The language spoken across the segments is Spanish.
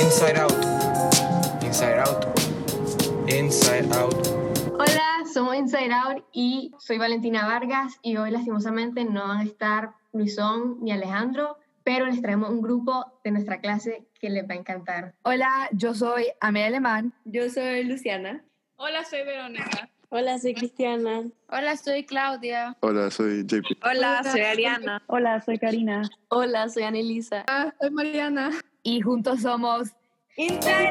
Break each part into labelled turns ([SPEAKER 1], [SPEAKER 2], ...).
[SPEAKER 1] Inside Out. Inside Out. Inside Out.
[SPEAKER 2] Hola, somos Inside Out y soy Valentina Vargas y hoy lastimosamente no van a estar Luisón ni Alejandro, pero les traemos un grupo de nuestra clase que les va a encantar.
[SPEAKER 3] Hola, yo soy Amelia Alemán.
[SPEAKER 4] Yo soy Luciana.
[SPEAKER 5] Hola, soy Verónica.
[SPEAKER 6] Hola, soy Cristiana.
[SPEAKER 7] Hola, soy Claudia.
[SPEAKER 8] Hola, soy JP.
[SPEAKER 9] Hola, soy Ariana.
[SPEAKER 10] Hola, soy Karina.
[SPEAKER 11] Hola, soy Anelisa.
[SPEAKER 12] Hola, soy Mariana.
[SPEAKER 3] Y juntos somos
[SPEAKER 4] Inside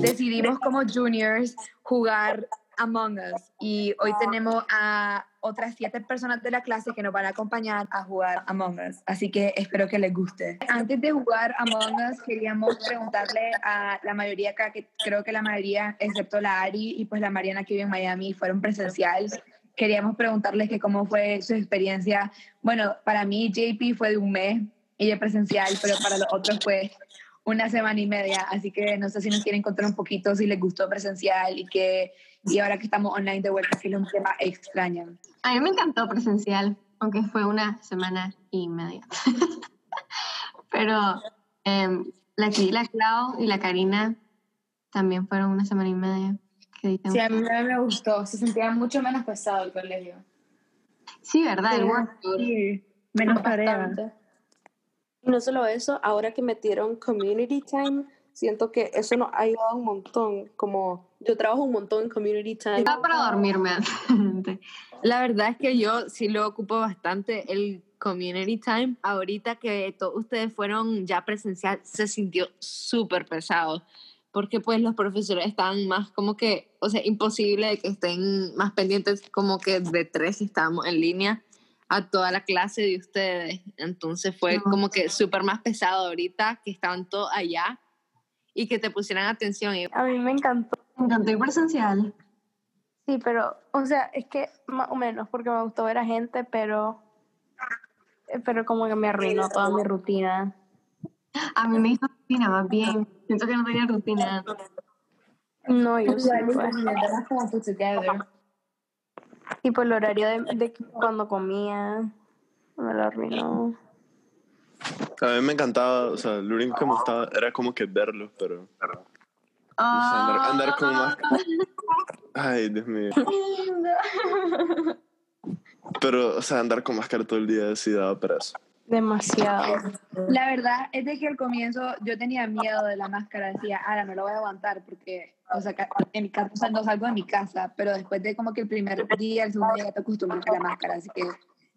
[SPEAKER 3] Decidimos como juniors jugar Among Us y hoy tenemos a otras siete personas de la clase que nos van a acompañar a jugar Among Us. Así que espero que les guste. Antes de jugar Among Us, queríamos preguntarle a la mayoría acá, que creo que la mayoría, excepto la Ari y pues la Mariana que vive en Miami, fueron presenciales. Queríamos preguntarles que cómo fue su experiencia. Bueno, para mí JP fue de un mes y de presencial, pero para los otros fue una semana y media. Así que no sé si nos quieren contar un poquito si les gustó presencial y que y ahora que estamos online de vuelta, que es un tema extraño.
[SPEAKER 2] A mí me encantó presencial, aunque fue una semana y media. Pero eh, la, la Clau y la Karina también fueron una semana y media.
[SPEAKER 13] Sí, a mí me gustó, se sentía mucho menos pesado el colegio.
[SPEAKER 2] Sí, ¿verdad? Sí,
[SPEAKER 10] el sí.
[SPEAKER 6] Ah,
[SPEAKER 10] menos tareas.
[SPEAKER 11] Y no solo eso, ahora que metieron community time, siento que eso nos ha ayudado un montón. Como yo trabajo un montón en community time.
[SPEAKER 2] Está para dormirme.
[SPEAKER 14] La verdad es que yo sí lo ocupo bastante el community time. Ahorita que todos ustedes fueron ya presencial, se sintió súper pesado. Porque pues los profesores estaban más como que, o sea, imposible que estén más pendientes como que de tres si estábamos en línea a toda la clase de ustedes. Entonces fue no. como que súper más pesado ahorita que estaban todos allá y que te pusieran atención.
[SPEAKER 6] A mí me encantó.
[SPEAKER 2] Me encantó ir presencial.
[SPEAKER 6] Sí, pero, o sea, es que más o menos, porque me gustó ver a gente, pero, eh, pero como que me arruinó toda mi rutina.
[SPEAKER 2] A mí me hizo rutina, más bien. Siento que no tenía rutina.
[SPEAKER 6] No, yo sí,
[SPEAKER 13] pues.
[SPEAKER 6] Y por el horario de, de, cuando comía, me lo arruinó.
[SPEAKER 8] A mí me encantaba, o sea, lo único que me gustaba era como que verlos, pero... pero
[SPEAKER 2] oh.
[SPEAKER 8] andar, andar como más... Ay, Dios mío. Pero, o sea, andar con máscara todo el día sí daba eso
[SPEAKER 6] Demasiado.
[SPEAKER 3] La verdad es de que al comienzo yo tenía miedo de la máscara. Decía, ahora no lo voy a aguantar porque, o sea, en mi casa, o sea, no salgo de mi casa. Pero después de como que el primer día, el segundo día, ya te acostumbras a la máscara. Así que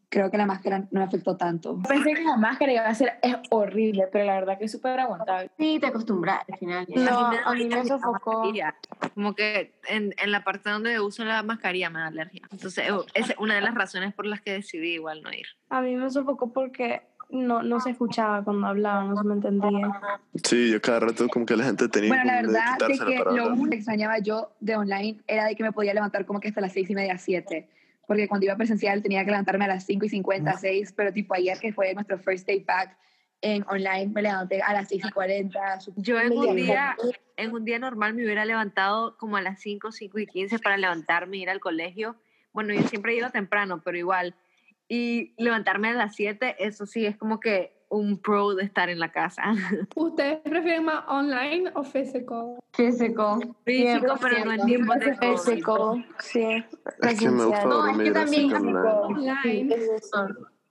[SPEAKER 3] creo que la máscara no me afectó tanto.
[SPEAKER 13] Pensé que la máscara iba a ser es horrible, pero la verdad que es súper aguantable.
[SPEAKER 2] Sí, te acostumbras al final.
[SPEAKER 6] No, a mí me, sofocó.
[SPEAKER 14] Como que en, en, la parte donde uso la mascarilla me da alergia. Entonces, esa es una de las razones por las que decidí igual no ir.
[SPEAKER 6] A mí me sofocó porque no, no se escuchaba cuando hablaba, no se me
[SPEAKER 9] Ah,
[SPEAKER 6] entendía.
[SPEAKER 8] Sí, yo cada rato como que la gente tenía
[SPEAKER 3] Bueno, la verdad de es que lo único que extrañaba yo de online era de que me podía levantar como que hasta las seis y media, siete porque cuando iba presencial tenía que levantarme a las 5 y 50, 6, pero tipo ayer que fue nuestro first day back en online me levanté a las 6 y 40.
[SPEAKER 14] Yo en un, día, en un día normal me hubiera levantado como a las 5, 5 y 15 para levantarme, ir al colegio. Bueno, yo siempre he ido temprano, pero igual. Y levantarme a las 7, eso sí, es como que un pro de estar en la casa.
[SPEAKER 5] ¿Ustedes prefieren más online o physical?
[SPEAKER 2] Physical.
[SPEAKER 14] Físico, pero no en
[SPEAKER 9] pues.
[SPEAKER 6] Physical, sí.
[SPEAKER 8] Es que me gusta
[SPEAKER 2] No, es que también
[SPEAKER 8] online.
[SPEAKER 2] online.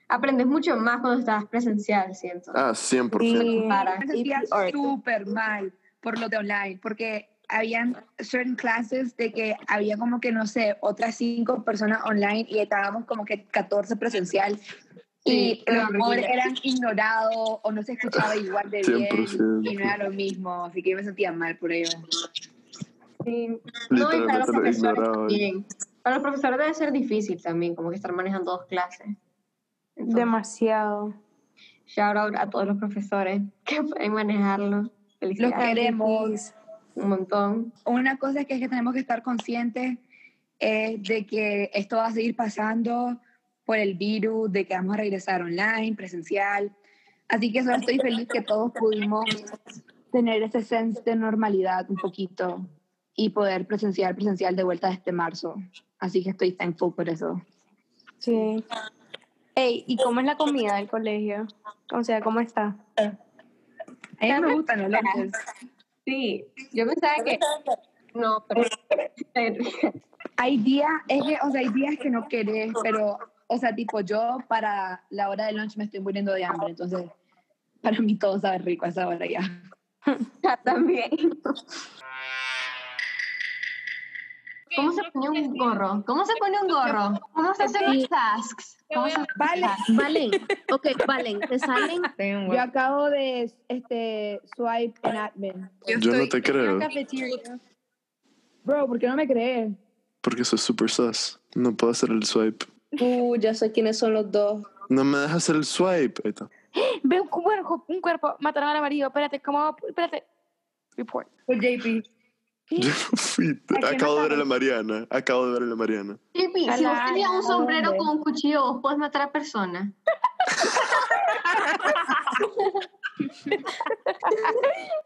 [SPEAKER 2] Aprendes mucho más cuando estás presencial, siento.
[SPEAKER 8] Ah, 100%. Sí.
[SPEAKER 3] Para. Me sentía súper mal por lo de online, porque habían certain classes de que había como que, no sé, otras cinco personas online y estábamos como que 14 presencial y los pobres eran ignorados o no se escuchaba igual de bien y no era lo mismo, así que yo me sentía mal por ello.
[SPEAKER 2] Sí. No, y para los profesores también. Para los profesores debe ser difícil también, como que estar manejando dos clases.
[SPEAKER 6] Entonces, Demasiado.
[SPEAKER 2] Shout out a todos los profesores que pueden manejarlo.
[SPEAKER 3] Felicidades. Los queremos.
[SPEAKER 2] Un montón.
[SPEAKER 3] Una cosa es que, es que tenemos que estar conscientes es eh, de que esto va a seguir pasando por el virus, de que vamos a regresar online, presencial. Así que solo estoy feliz que todos pudimos tener ese sense de normalidad un poquito y poder presenciar presencial de vuelta este marzo. Así que estoy thankful por eso.
[SPEAKER 6] Sí. Hey, ¿y cómo es la comida del colegio? O sea, ¿cómo está?
[SPEAKER 3] A ella me gustan los lunches.
[SPEAKER 2] Sí, yo pensaba que... No, pero...
[SPEAKER 3] Hay días, es que, o sea, hay días que no querés, pero, o sea, tipo, yo para la hora de lunch me estoy muriendo de hambre, entonces, para mí todo sabe rico a esa hora ya.
[SPEAKER 2] También. ¿Cómo se pone un gorro? ¿Cómo se pone un gorro? ¿Cómo se hacen los tasks? ¿Cómo se
[SPEAKER 3] Vale.
[SPEAKER 9] Valen, ok, Valen, te salen.
[SPEAKER 13] Yo acabo de este, swipe en admin.
[SPEAKER 8] Yo Yo no estoy te en creo. la
[SPEAKER 13] Bro, ¿por qué no me crees?
[SPEAKER 8] Porque soy super sus. No puedo hacer el swipe.
[SPEAKER 11] Uh, ya sé quiénes son los dos.
[SPEAKER 8] No me dejas hacer el swipe. Ahí está.
[SPEAKER 6] Veo un cuerpo, un cuerpo. Mataron al amarillo. Espérate, ¿cómo? Espérate. Report.
[SPEAKER 13] JP.
[SPEAKER 8] Yo fui. Acabo de ver a la Mariana. Acabo de ver a la Mariana.
[SPEAKER 2] Pipi, si vos
[SPEAKER 6] Ala,
[SPEAKER 2] tenías un
[SPEAKER 6] ala,
[SPEAKER 2] sombrero
[SPEAKER 6] ¿dónde?
[SPEAKER 2] con un cuchillo, vos podés matar a personas.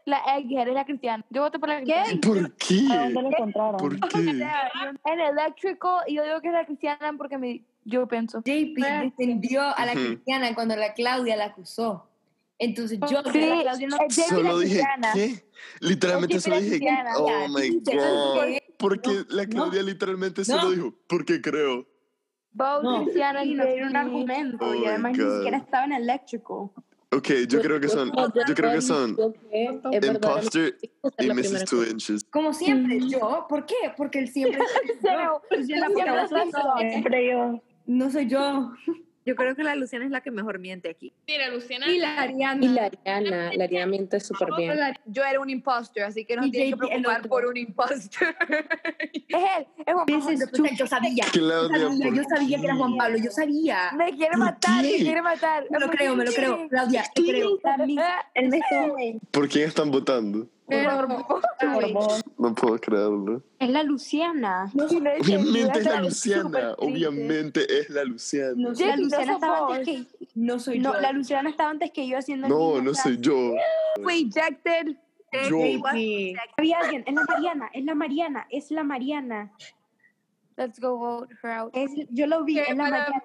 [SPEAKER 6] La egg, eres la cristiana. Yo voto por la cristiana.
[SPEAKER 8] ¿Por qué?
[SPEAKER 10] lo encontraron?
[SPEAKER 8] ¿Por
[SPEAKER 6] O
[SPEAKER 8] qué?
[SPEAKER 6] sea, En eléctrico, y yo digo que es la cristiana porque me, yo pienso.
[SPEAKER 13] JP defendió a la
[SPEAKER 8] Ujú.
[SPEAKER 13] cristiana cuando la Claudia la acusó. Entonces yo
[SPEAKER 6] Sí,
[SPEAKER 13] la Claudia no
[SPEAKER 6] eh, Debbie
[SPEAKER 8] Solo
[SPEAKER 6] la
[SPEAKER 8] dije,
[SPEAKER 6] cristiana.
[SPEAKER 8] ¿qué? Literalmente
[SPEAKER 6] Oye,
[SPEAKER 8] solo
[SPEAKER 6] pero
[SPEAKER 8] dije,
[SPEAKER 6] Cristiana,
[SPEAKER 8] oh
[SPEAKER 13] ya,
[SPEAKER 8] my
[SPEAKER 13] dijiste, ¿por
[SPEAKER 8] god.
[SPEAKER 13] qué?
[SPEAKER 8] Porque la
[SPEAKER 13] No,
[SPEAKER 8] Claudia literalmente
[SPEAKER 13] no.
[SPEAKER 8] solo dijo, porque creo.
[SPEAKER 6] Vote
[SPEAKER 13] No.
[SPEAKER 6] cristiana
[SPEAKER 9] Y
[SPEAKER 6] y
[SPEAKER 9] no tiene un
[SPEAKER 6] Debbie.
[SPEAKER 9] argumento
[SPEAKER 8] Oh
[SPEAKER 9] y
[SPEAKER 8] my
[SPEAKER 9] además ni
[SPEAKER 8] God.
[SPEAKER 9] siquiera estaba en eléctrico.
[SPEAKER 8] Ok, yo creo que son, yo creo que son
[SPEAKER 9] Eh,
[SPEAKER 8] Imposter y Mrs. Two Inches.
[SPEAKER 13] Como siempre, yo. ¿Por qué? Porque él siempre.
[SPEAKER 6] Pero,
[SPEAKER 13] Pues yo la
[SPEAKER 6] siempre
[SPEAKER 13] puta,
[SPEAKER 6] soy yo.
[SPEAKER 10] Siempre yo.
[SPEAKER 13] No soy yo.
[SPEAKER 14] Yo creo que la Luciana es la que mejor miente aquí.
[SPEAKER 7] Mira, Luciana.
[SPEAKER 13] Y la Ariana.
[SPEAKER 11] Y la Ariana, la Ariana miente súper bien.
[SPEAKER 3] Yo era un impostor, así que no
[SPEAKER 13] Y
[SPEAKER 3] se tienen que
[SPEAKER 13] JP el
[SPEAKER 3] preocupar
[SPEAKER 13] otro.
[SPEAKER 3] por un impostor.
[SPEAKER 6] Es él, es Juan
[SPEAKER 13] This
[SPEAKER 6] Pablo.
[SPEAKER 13] is true. Yo sabía.
[SPEAKER 8] Claudia,
[SPEAKER 13] Sabía,
[SPEAKER 8] ¿por
[SPEAKER 13] Yo sabía que era Juan Pablo, yo sabía.
[SPEAKER 6] Me quiere
[SPEAKER 8] ¿Por
[SPEAKER 6] matar,
[SPEAKER 8] qué?
[SPEAKER 6] me quiere matar.
[SPEAKER 13] Me lo creo, me lo creo. Claudia, te creo.
[SPEAKER 10] Él me está
[SPEAKER 8] ¿Por quién están votando? No puedo creerlo.
[SPEAKER 9] Es la Luciana.
[SPEAKER 6] No, si no es que-
[SPEAKER 8] Obviamente es la
[SPEAKER 6] es
[SPEAKER 8] Luciana.
[SPEAKER 6] súper triste.
[SPEAKER 8] Obviamente es la Luciana.
[SPEAKER 13] No
[SPEAKER 9] La
[SPEAKER 13] soy,
[SPEAKER 6] Jeffy, no
[SPEAKER 9] Luciana
[SPEAKER 6] sos
[SPEAKER 9] estaba
[SPEAKER 6] vos.
[SPEAKER 9] antes que
[SPEAKER 13] no soy
[SPEAKER 9] no,
[SPEAKER 13] yo.
[SPEAKER 9] la Luciana estaba antes que yo haciendo el
[SPEAKER 8] No,
[SPEAKER 9] mismo
[SPEAKER 8] no soy
[SPEAKER 9] task.
[SPEAKER 8] yo.
[SPEAKER 3] Fue ejected.
[SPEAKER 8] Yo.
[SPEAKER 9] Había alguien, es la Mariana, es la Mariana, es la Mariana.
[SPEAKER 6] Let's go vote her out.
[SPEAKER 9] Es, yo lo vi, es la Mariana.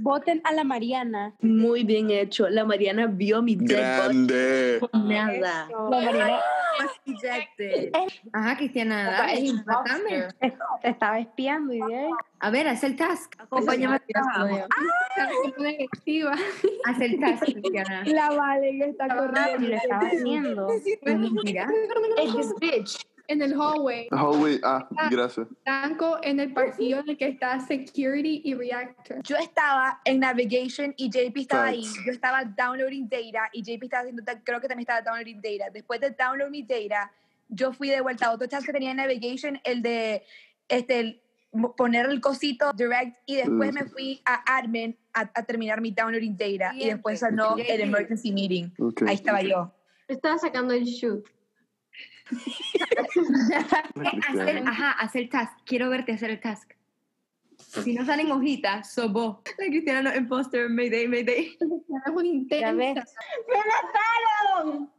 [SPEAKER 9] Voten a la Mariana.
[SPEAKER 14] Muy bien hecho. La Mariana vio mi dead
[SPEAKER 8] Grande.
[SPEAKER 14] body. Nada.
[SPEAKER 10] La Mariana
[SPEAKER 13] Ajá, Cristiana,
[SPEAKER 9] Papá,
[SPEAKER 13] dale,
[SPEAKER 9] es
[SPEAKER 13] matame.
[SPEAKER 9] Te, te estaba espiando y de ahí.
[SPEAKER 13] A ver, haz el task. Acompáñame.
[SPEAKER 2] Acompáñame.
[SPEAKER 5] Negativa.
[SPEAKER 13] Haz el task, Cristiana.
[SPEAKER 10] La Valen está
[SPEAKER 9] y lo
[SPEAKER 10] corriendo.
[SPEAKER 9] estaba haciendo.
[SPEAKER 13] Tu mentira.
[SPEAKER 5] En this bitch. En el hallway.
[SPEAKER 8] Hallway, ah, gracias.
[SPEAKER 5] Blanco en el pasillo en el que está security y reactor.
[SPEAKER 3] Yo estaba en navigation y JP estaba ahí.
[SPEAKER 8] Facts.
[SPEAKER 3] Yo estaba downloading data y JP estaba haciendo, ta- creo que también estaba downloading data. Después de download mi data, yo fui de vuelta a otro task que tenía en navigation, el de este, el mo- poner el cosito direct y después
[SPEAKER 8] Mm.
[SPEAKER 3] me fui a admin a, a terminar mi downloading data y
[SPEAKER 7] Bien.
[SPEAKER 3] después sonó el emergency meeting.
[SPEAKER 8] Ok.
[SPEAKER 3] Ahí estaba yo.
[SPEAKER 2] Estaba sacando el shoot.
[SPEAKER 8] La
[SPEAKER 13] Hacer,
[SPEAKER 8] Cristiana.
[SPEAKER 13] ajá, hacer task. Quiero verte hacer el task. Si no salen hojitas, sobo. La Cristiana no imposter, Mayday, Mayday.
[SPEAKER 5] Es un
[SPEAKER 9] Ya ves.
[SPEAKER 5] intenso.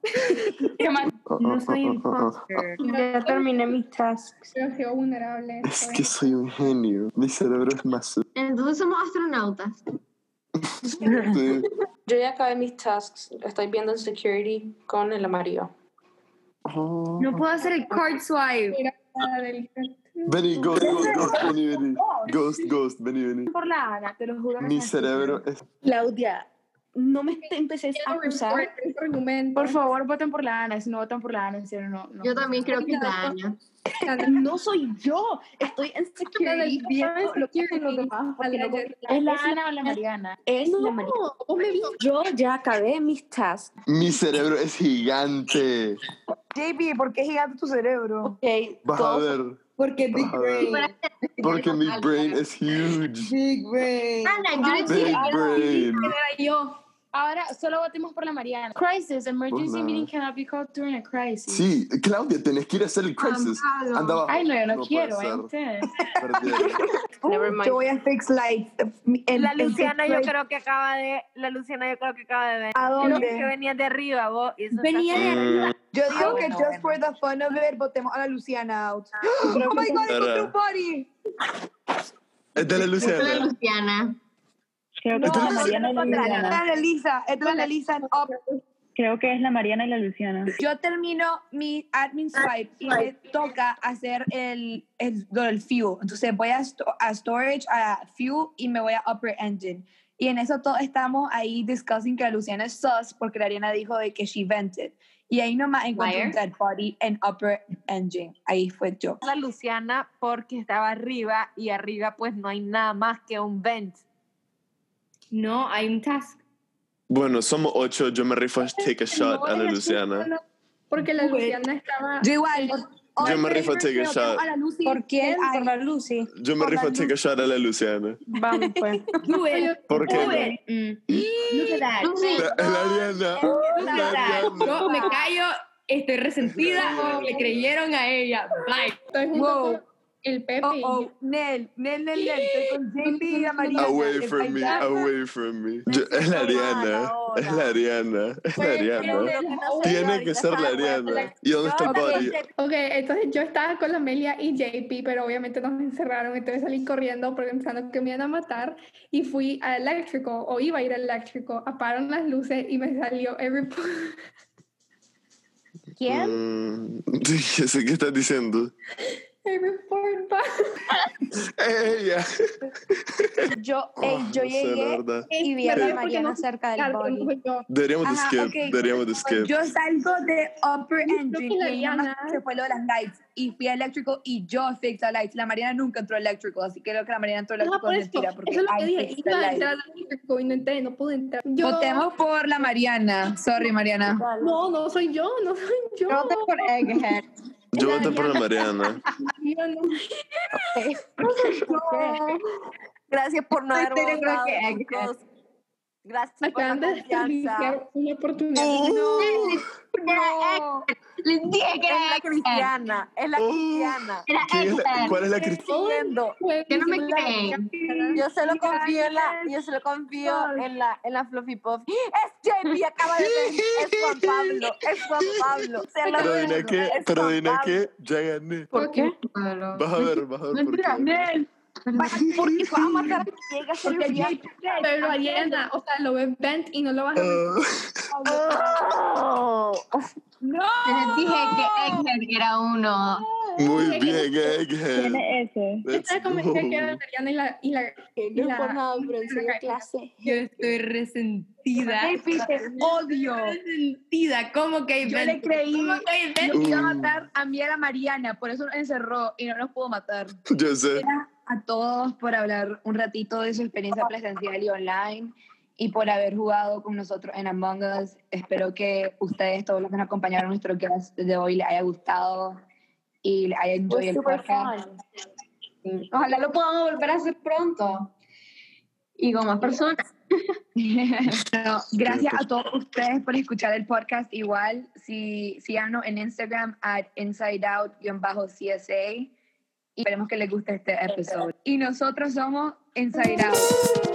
[SPEAKER 8] Ah, ah,
[SPEAKER 13] No soy
[SPEAKER 8] ah, ah, ah.
[SPEAKER 13] imposter.
[SPEAKER 9] Ya terminé mis tasks.
[SPEAKER 5] Yo soy vulnerable.
[SPEAKER 8] Es que soy un genio. Mi cerebro es más.
[SPEAKER 2] Entonces somos astronautas.
[SPEAKER 8] Sí.
[SPEAKER 11] Yo ya acabé mis tasks. Estoy viendo en security con el amarillo.
[SPEAKER 8] Oh.
[SPEAKER 13] No puedo hacer el card swipe.
[SPEAKER 5] Mira, la del-
[SPEAKER 8] Vení, ghost, ghost, ghost, vení, vení. Ghost, ghost, vení, vení.
[SPEAKER 9] Por la Ana, te lo juro.
[SPEAKER 8] Mi cerebro es.
[SPEAKER 9] Claudia, no me te empecé a acusar.
[SPEAKER 5] Ese argumento.
[SPEAKER 9] Ah, Por favor, voten por la Ana. Si no votan por la Ana, en serio, no. no.
[SPEAKER 2] Yo también creo que es la Ana.
[SPEAKER 9] No soy yo. Estoy en security viendo lo que hacen los demás. porque no confío. ¿Es la Ana o la Mariana? Es la
[SPEAKER 7] No,
[SPEAKER 9] Mariana.
[SPEAKER 7] vos me viste.
[SPEAKER 11] Yo ya acabé mis tasks.
[SPEAKER 8] Mi cerebro es gigante.
[SPEAKER 3] JP, ¿por qué es gigante tu cerebro?
[SPEAKER 9] Ok,
[SPEAKER 8] Vas a
[SPEAKER 9] todos-
[SPEAKER 8] ver.
[SPEAKER 13] Porque Big
[SPEAKER 8] Vas a ver.
[SPEAKER 13] Brain.
[SPEAKER 8] Porque mi brain es huge.
[SPEAKER 13] Big Brain.
[SPEAKER 2] Ana, yo le
[SPEAKER 8] Big
[SPEAKER 2] dije.
[SPEAKER 8] brain.
[SPEAKER 5] Era yo.
[SPEAKER 9] Ahora solo votemos por la Mariana. Crisis. Emergency
[SPEAKER 8] Hola.
[SPEAKER 9] meeting cannot be called during a crisis.
[SPEAKER 8] Sí, Claudia, tenés que ir a hacer el crisis.
[SPEAKER 2] Pablo.
[SPEAKER 8] Anda abajo.
[SPEAKER 9] Ay, no, yo no,
[SPEAKER 8] No puede
[SPEAKER 9] quiero.
[SPEAKER 8] ser.
[SPEAKER 9] ¿eh? Ustedes.
[SPEAKER 8] Perdieron.
[SPEAKER 11] Never
[SPEAKER 9] Oh,
[SPEAKER 11] mind.
[SPEAKER 3] Yo voy a fix light.
[SPEAKER 14] La Luciana yo creo que acaba de, la Luciana yo creo que acaba de ver
[SPEAKER 3] ¿A
[SPEAKER 14] que
[SPEAKER 3] dónde?
[SPEAKER 14] venías de arriba vos. y eso está-
[SPEAKER 3] Venía de
[SPEAKER 8] Mm,
[SPEAKER 3] Yo digo
[SPEAKER 14] Ah,
[SPEAKER 3] que
[SPEAKER 14] bueno, Ah,
[SPEAKER 3] just for the fun of it, votemos a la Luciana out.
[SPEAKER 8] creo
[SPEAKER 3] oh my god,
[SPEAKER 8] que-
[SPEAKER 3] encontré un body.
[SPEAKER 8] Es de
[SPEAKER 2] Hola,
[SPEAKER 8] la Luciana.
[SPEAKER 2] Luciana.
[SPEAKER 10] Creo que
[SPEAKER 8] No,
[SPEAKER 10] la Mariana y la
[SPEAKER 3] Esta es
[SPEAKER 10] Liliana.
[SPEAKER 3] la Elisa, esta es la Elisa en up.
[SPEAKER 9] Creo que es la Mariana y la Luciana.
[SPEAKER 3] Yo termino mi admin Ah, swipe y me toca hacer el, el, lo del fuel. Entonces voy a, sto- a storage, a fuel y me voy a upper engine. Y en eso todos estamos ahí discussing que Luciana es sus porque la Ariana dijo de que she vented. Y ahí nomás encontré un
[SPEAKER 14] Liar.
[SPEAKER 3] dead body en upper engine. Ahí fue yo.
[SPEAKER 14] La Luciana porque estaba arriba y arriba pues no hay nada más que un vent.
[SPEAKER 4] No, hay un task.
[SPEAKER 8] Bueno, somos ocho. Yo me rifo a take a shot a la Luciana.
[SPEAKER 5] Porque la Luciana estaba...
[SPEAKER 3] Yo igual.
[SPEAKER 8] Yo me rifo a take a shot.
[SPEAKER 6] ¿Por quién? Por la Lucy.
[SPEAKER 8] Yo me rifo a take a shot a la Luciana.
[SPEAKER 6] Vamos, pues.
[SPEAKER 4] Do it.
[SPEAKER 8] ¿Por qué
[SPEAKER 4] Do
[SPEAKER 8] no?
[SPEAKER 4] it. Look at that.
[SPEAKER 8] La, la Ariana.
[SPEAKER 4] Look at that. Yo me callo, estoy
[SPEAKER 5] oh,
[SPEAKER 3] oh,
[SPEAKER 4] resentida, le creyeron a ella. Bye.
[SPEAKER 5] Estoy junto
[SPEAKER 3] Wow.
[SPEAKER 5] con el Pepe.
[SPEAKER 3] Oh, oh, Nel, Nel, Nel, Nel, estoy con JP y la Mariana.
[SPEAKER 8] Away
[SPEAKER 3] El
[SPEAKER 8] from me,
[SPEAKER 3] paisano.
[SPEAKER 8] away from me. Yo- es la Ariana, es la Ariana, es la
[SPEAKER 5] Pero- pero
[SPEAKER 8] Ariana.
[SPEAKER 5] lo Pues, que no se ve
[SPEAKER 8] Tiene que
[SPEAKER 5] ahorita
[SPEAKER 8] ser la
[SPEAKER 5] está la
[SPEAKER 8] Ariana.
[SPEAKER 5] web.
[SPEAKER 8] ¿Y dónde está el
[SPEAKER 5] Ok,
[SPEAKER 8] body?
[SPEAKER 5] ok, entonces yo estaba con la Amelia y JP, pero obviamente nos encerraron, entonces salí corriendo porque pensando que me iban a matar y fui al eléctrico o iba a ir al eléctrico, apagaron las luces y me salió every
[SPEAKER 6] ¿Quién?
[SPEAKER 8] Mm, ya sé qué estás diciendo.
[SPEAKER 5] every porn
[SPEAKER 3] eh,
[SPEAKER 8] Ella.
[SPEAKER 6] Yo, ey,
[SPEAKER 8] Ah,
[SPEAKER 6] yo
[SPEAKER 8] no sé, la
[SPEAKER 6] llegué
[SPEAKER 8] verdad.
[SPEAKER 6] y vi a la
[SPEAKER 8] Pero ¿por qué
[SPEAKER 6] Mariana cerca del body.
[SPEAKER 8] Deberíamos de
[SPEAKER 3] Ajá,
[SPEAKER 8] skip,
[SPEAKER 3] ok.
[SPEAKER 8] deberíamos de skip.
[SPEAKER 3] Yo salgo de Upper Engine
[SPEAKER 5] que
[SPEAKER 3] y
[SPEAKER 5] la
[SPEAKER 3] ahí nomás
[SPEAKER 5] Diana-
[SPEAKER 3] se fue lo de las lights. Y fui a eléctrico y yo fix the lights. La Mariana nunca entró a eléctrico, así que creo que la Mariana entró a
[SPEAKER 5] No,
[SPEAKER 3] eléctrico
[SPEAKER 5] Ah, por
[SPEAKER 3] es
[SPEAKER 5] eso,
[SPEAKER 3] mentira.
[SPEAKER 5] eso
[SPEAKER 3] Porque
[SPEAKER 5] es lo que
[SPEAKER 3] I
[SPEAKER 5] dije,
[SPEAKER 3] fixed the
[SPEAKER 5] iba a entrar
[SPEAKER 3] lights.
[SPEAKER 5] al eléctrico y no entré, no pude entrar. Yo,
[SPEAKER 3] Votemos por la Mariana. Sorry, Mariana.
[SPEAKER 5] no, no soy yo, no soy yo.
[SPEAKER 9] Voten por Egghead.
[SPEAKER 8] Yo voté por la Mariana.
[SPEAKER 5] Yo no-
[SPEAKER 6] Gracias por no
[SPEAKER 9] Ay,
[SPEAKER 6] haber
[SPEAKER 9] pero creo
[SPEAKER 6] votado,
[SPEAKER 9] que hay que-
[SPEAKER 6] chicos. Gracias por la
[SPEAKER 5] Acaban de desperdiciar
[SPEAKER 6] confianza.
[SPEAKER 5] una oportunidad.
[SPEAKER 6] No.
[SPEAKER 14] Les dije
[SPEAKER 6] Es la cristiana, es la cristiana.
[SPEAKER 8] ¿Quién es la- ¿Cuál es la cristiana?
[SPEAKER 6] Diciendo,
[SPEAKER 5] Que no
[SPEAKER 6] me creen. Yo se lo confío en la, yo se lo confío en la, en la Fluffy Puff. Es JP, acaba de ver, es Juan Pablo, es Juan Pablo. Se lo
[SPEAKER 8] Pero adivina
[SPEAKER 6] juro,
[SPEAKER 8] qué,
[SPEAKER 6] es
[SPEAKER 8] pero
[SPEAKER 6] Juan
[SPEAKER 8] adivina
[SPEAKER 6] Pablo.
[SPEAKER 8] qué, ya gané.
[SPEAKER 14] ¿Por qué?
[SPEAKER 8] Vas a ver, vas a ver por qué.
[SPEAKER 6] Nel. Porque vas a matar a quien llega a ser
[SPEAKER 5] Porque
[SPEAKER 6] fría.
[SPEAKER 5] Pero Ariana, o sea, lo ves bent y no lo vas a
[SPEAKER 8] Ah,
[SPEAKER 5] ver.
[SPEAKER 3] No.
[SPEAKER 7] Les dije que Egghead era uno.
[SPEAKER 8] Muy bien, Egghead.
[SPEAKER 9] Tiene ese.
[SPEAKER 8] Let's
[SPEAKER 5] Esta conveniencia que era Ariana y la. Y la
[SPEAKER 11] Que
[SPEAKER 5] y
[SPEAKER 11] no
[SPEAKER 5] la-
[SPEAKER 11] es por nada, pero en
[SPEAKER 5] y la-
[SPEAKER 11] serio, clase.
[SPEAKER 4] Yo estoy resentida.
[SPEAKER 9] JP, te odio.
[SPEAKER 4] Resentida. ¿Cómo que hay
[SPEAKER 3] Yo le
[SPEAKER 4] vento?
[SPEAKER 3] creí
[SPEAKER 4] ¿Cómo que hay
[SPEAKER 3] y
[SPEAKER 4] vento?
[SPEAKER 3] iba a matar a mí y a la Mariana, por eso nos encerró y no nos pudo matar.
[SPEAKER 8] go. Yo sé.
[SPEAKER 3] Gracias a todos por hablar un ratito de su experiencia presencial y online y por haber jugado con nosotros en Among Us. Espero que ustedes, todos los que nos acompañaron en nuestro cast de hoy, les haya gustado y les haya enjoyado
[SPEAKER 6] Fue
[SPEAKER 3] el
[SPEAKER 6] super
[SPEAKER 3] podcast.
[SPEAKER 6] fun.
[SPEAKER 2] Ojalá lo podamos volver a hacer pronto y con más personas.
[SPEAKER 3] No, gracias a todos ustedes por escuchar el podcast. Igual, si síganos en Instagram at insideout-csa y esperemos que les guste este episodio. Y nosotros somos Inside Out.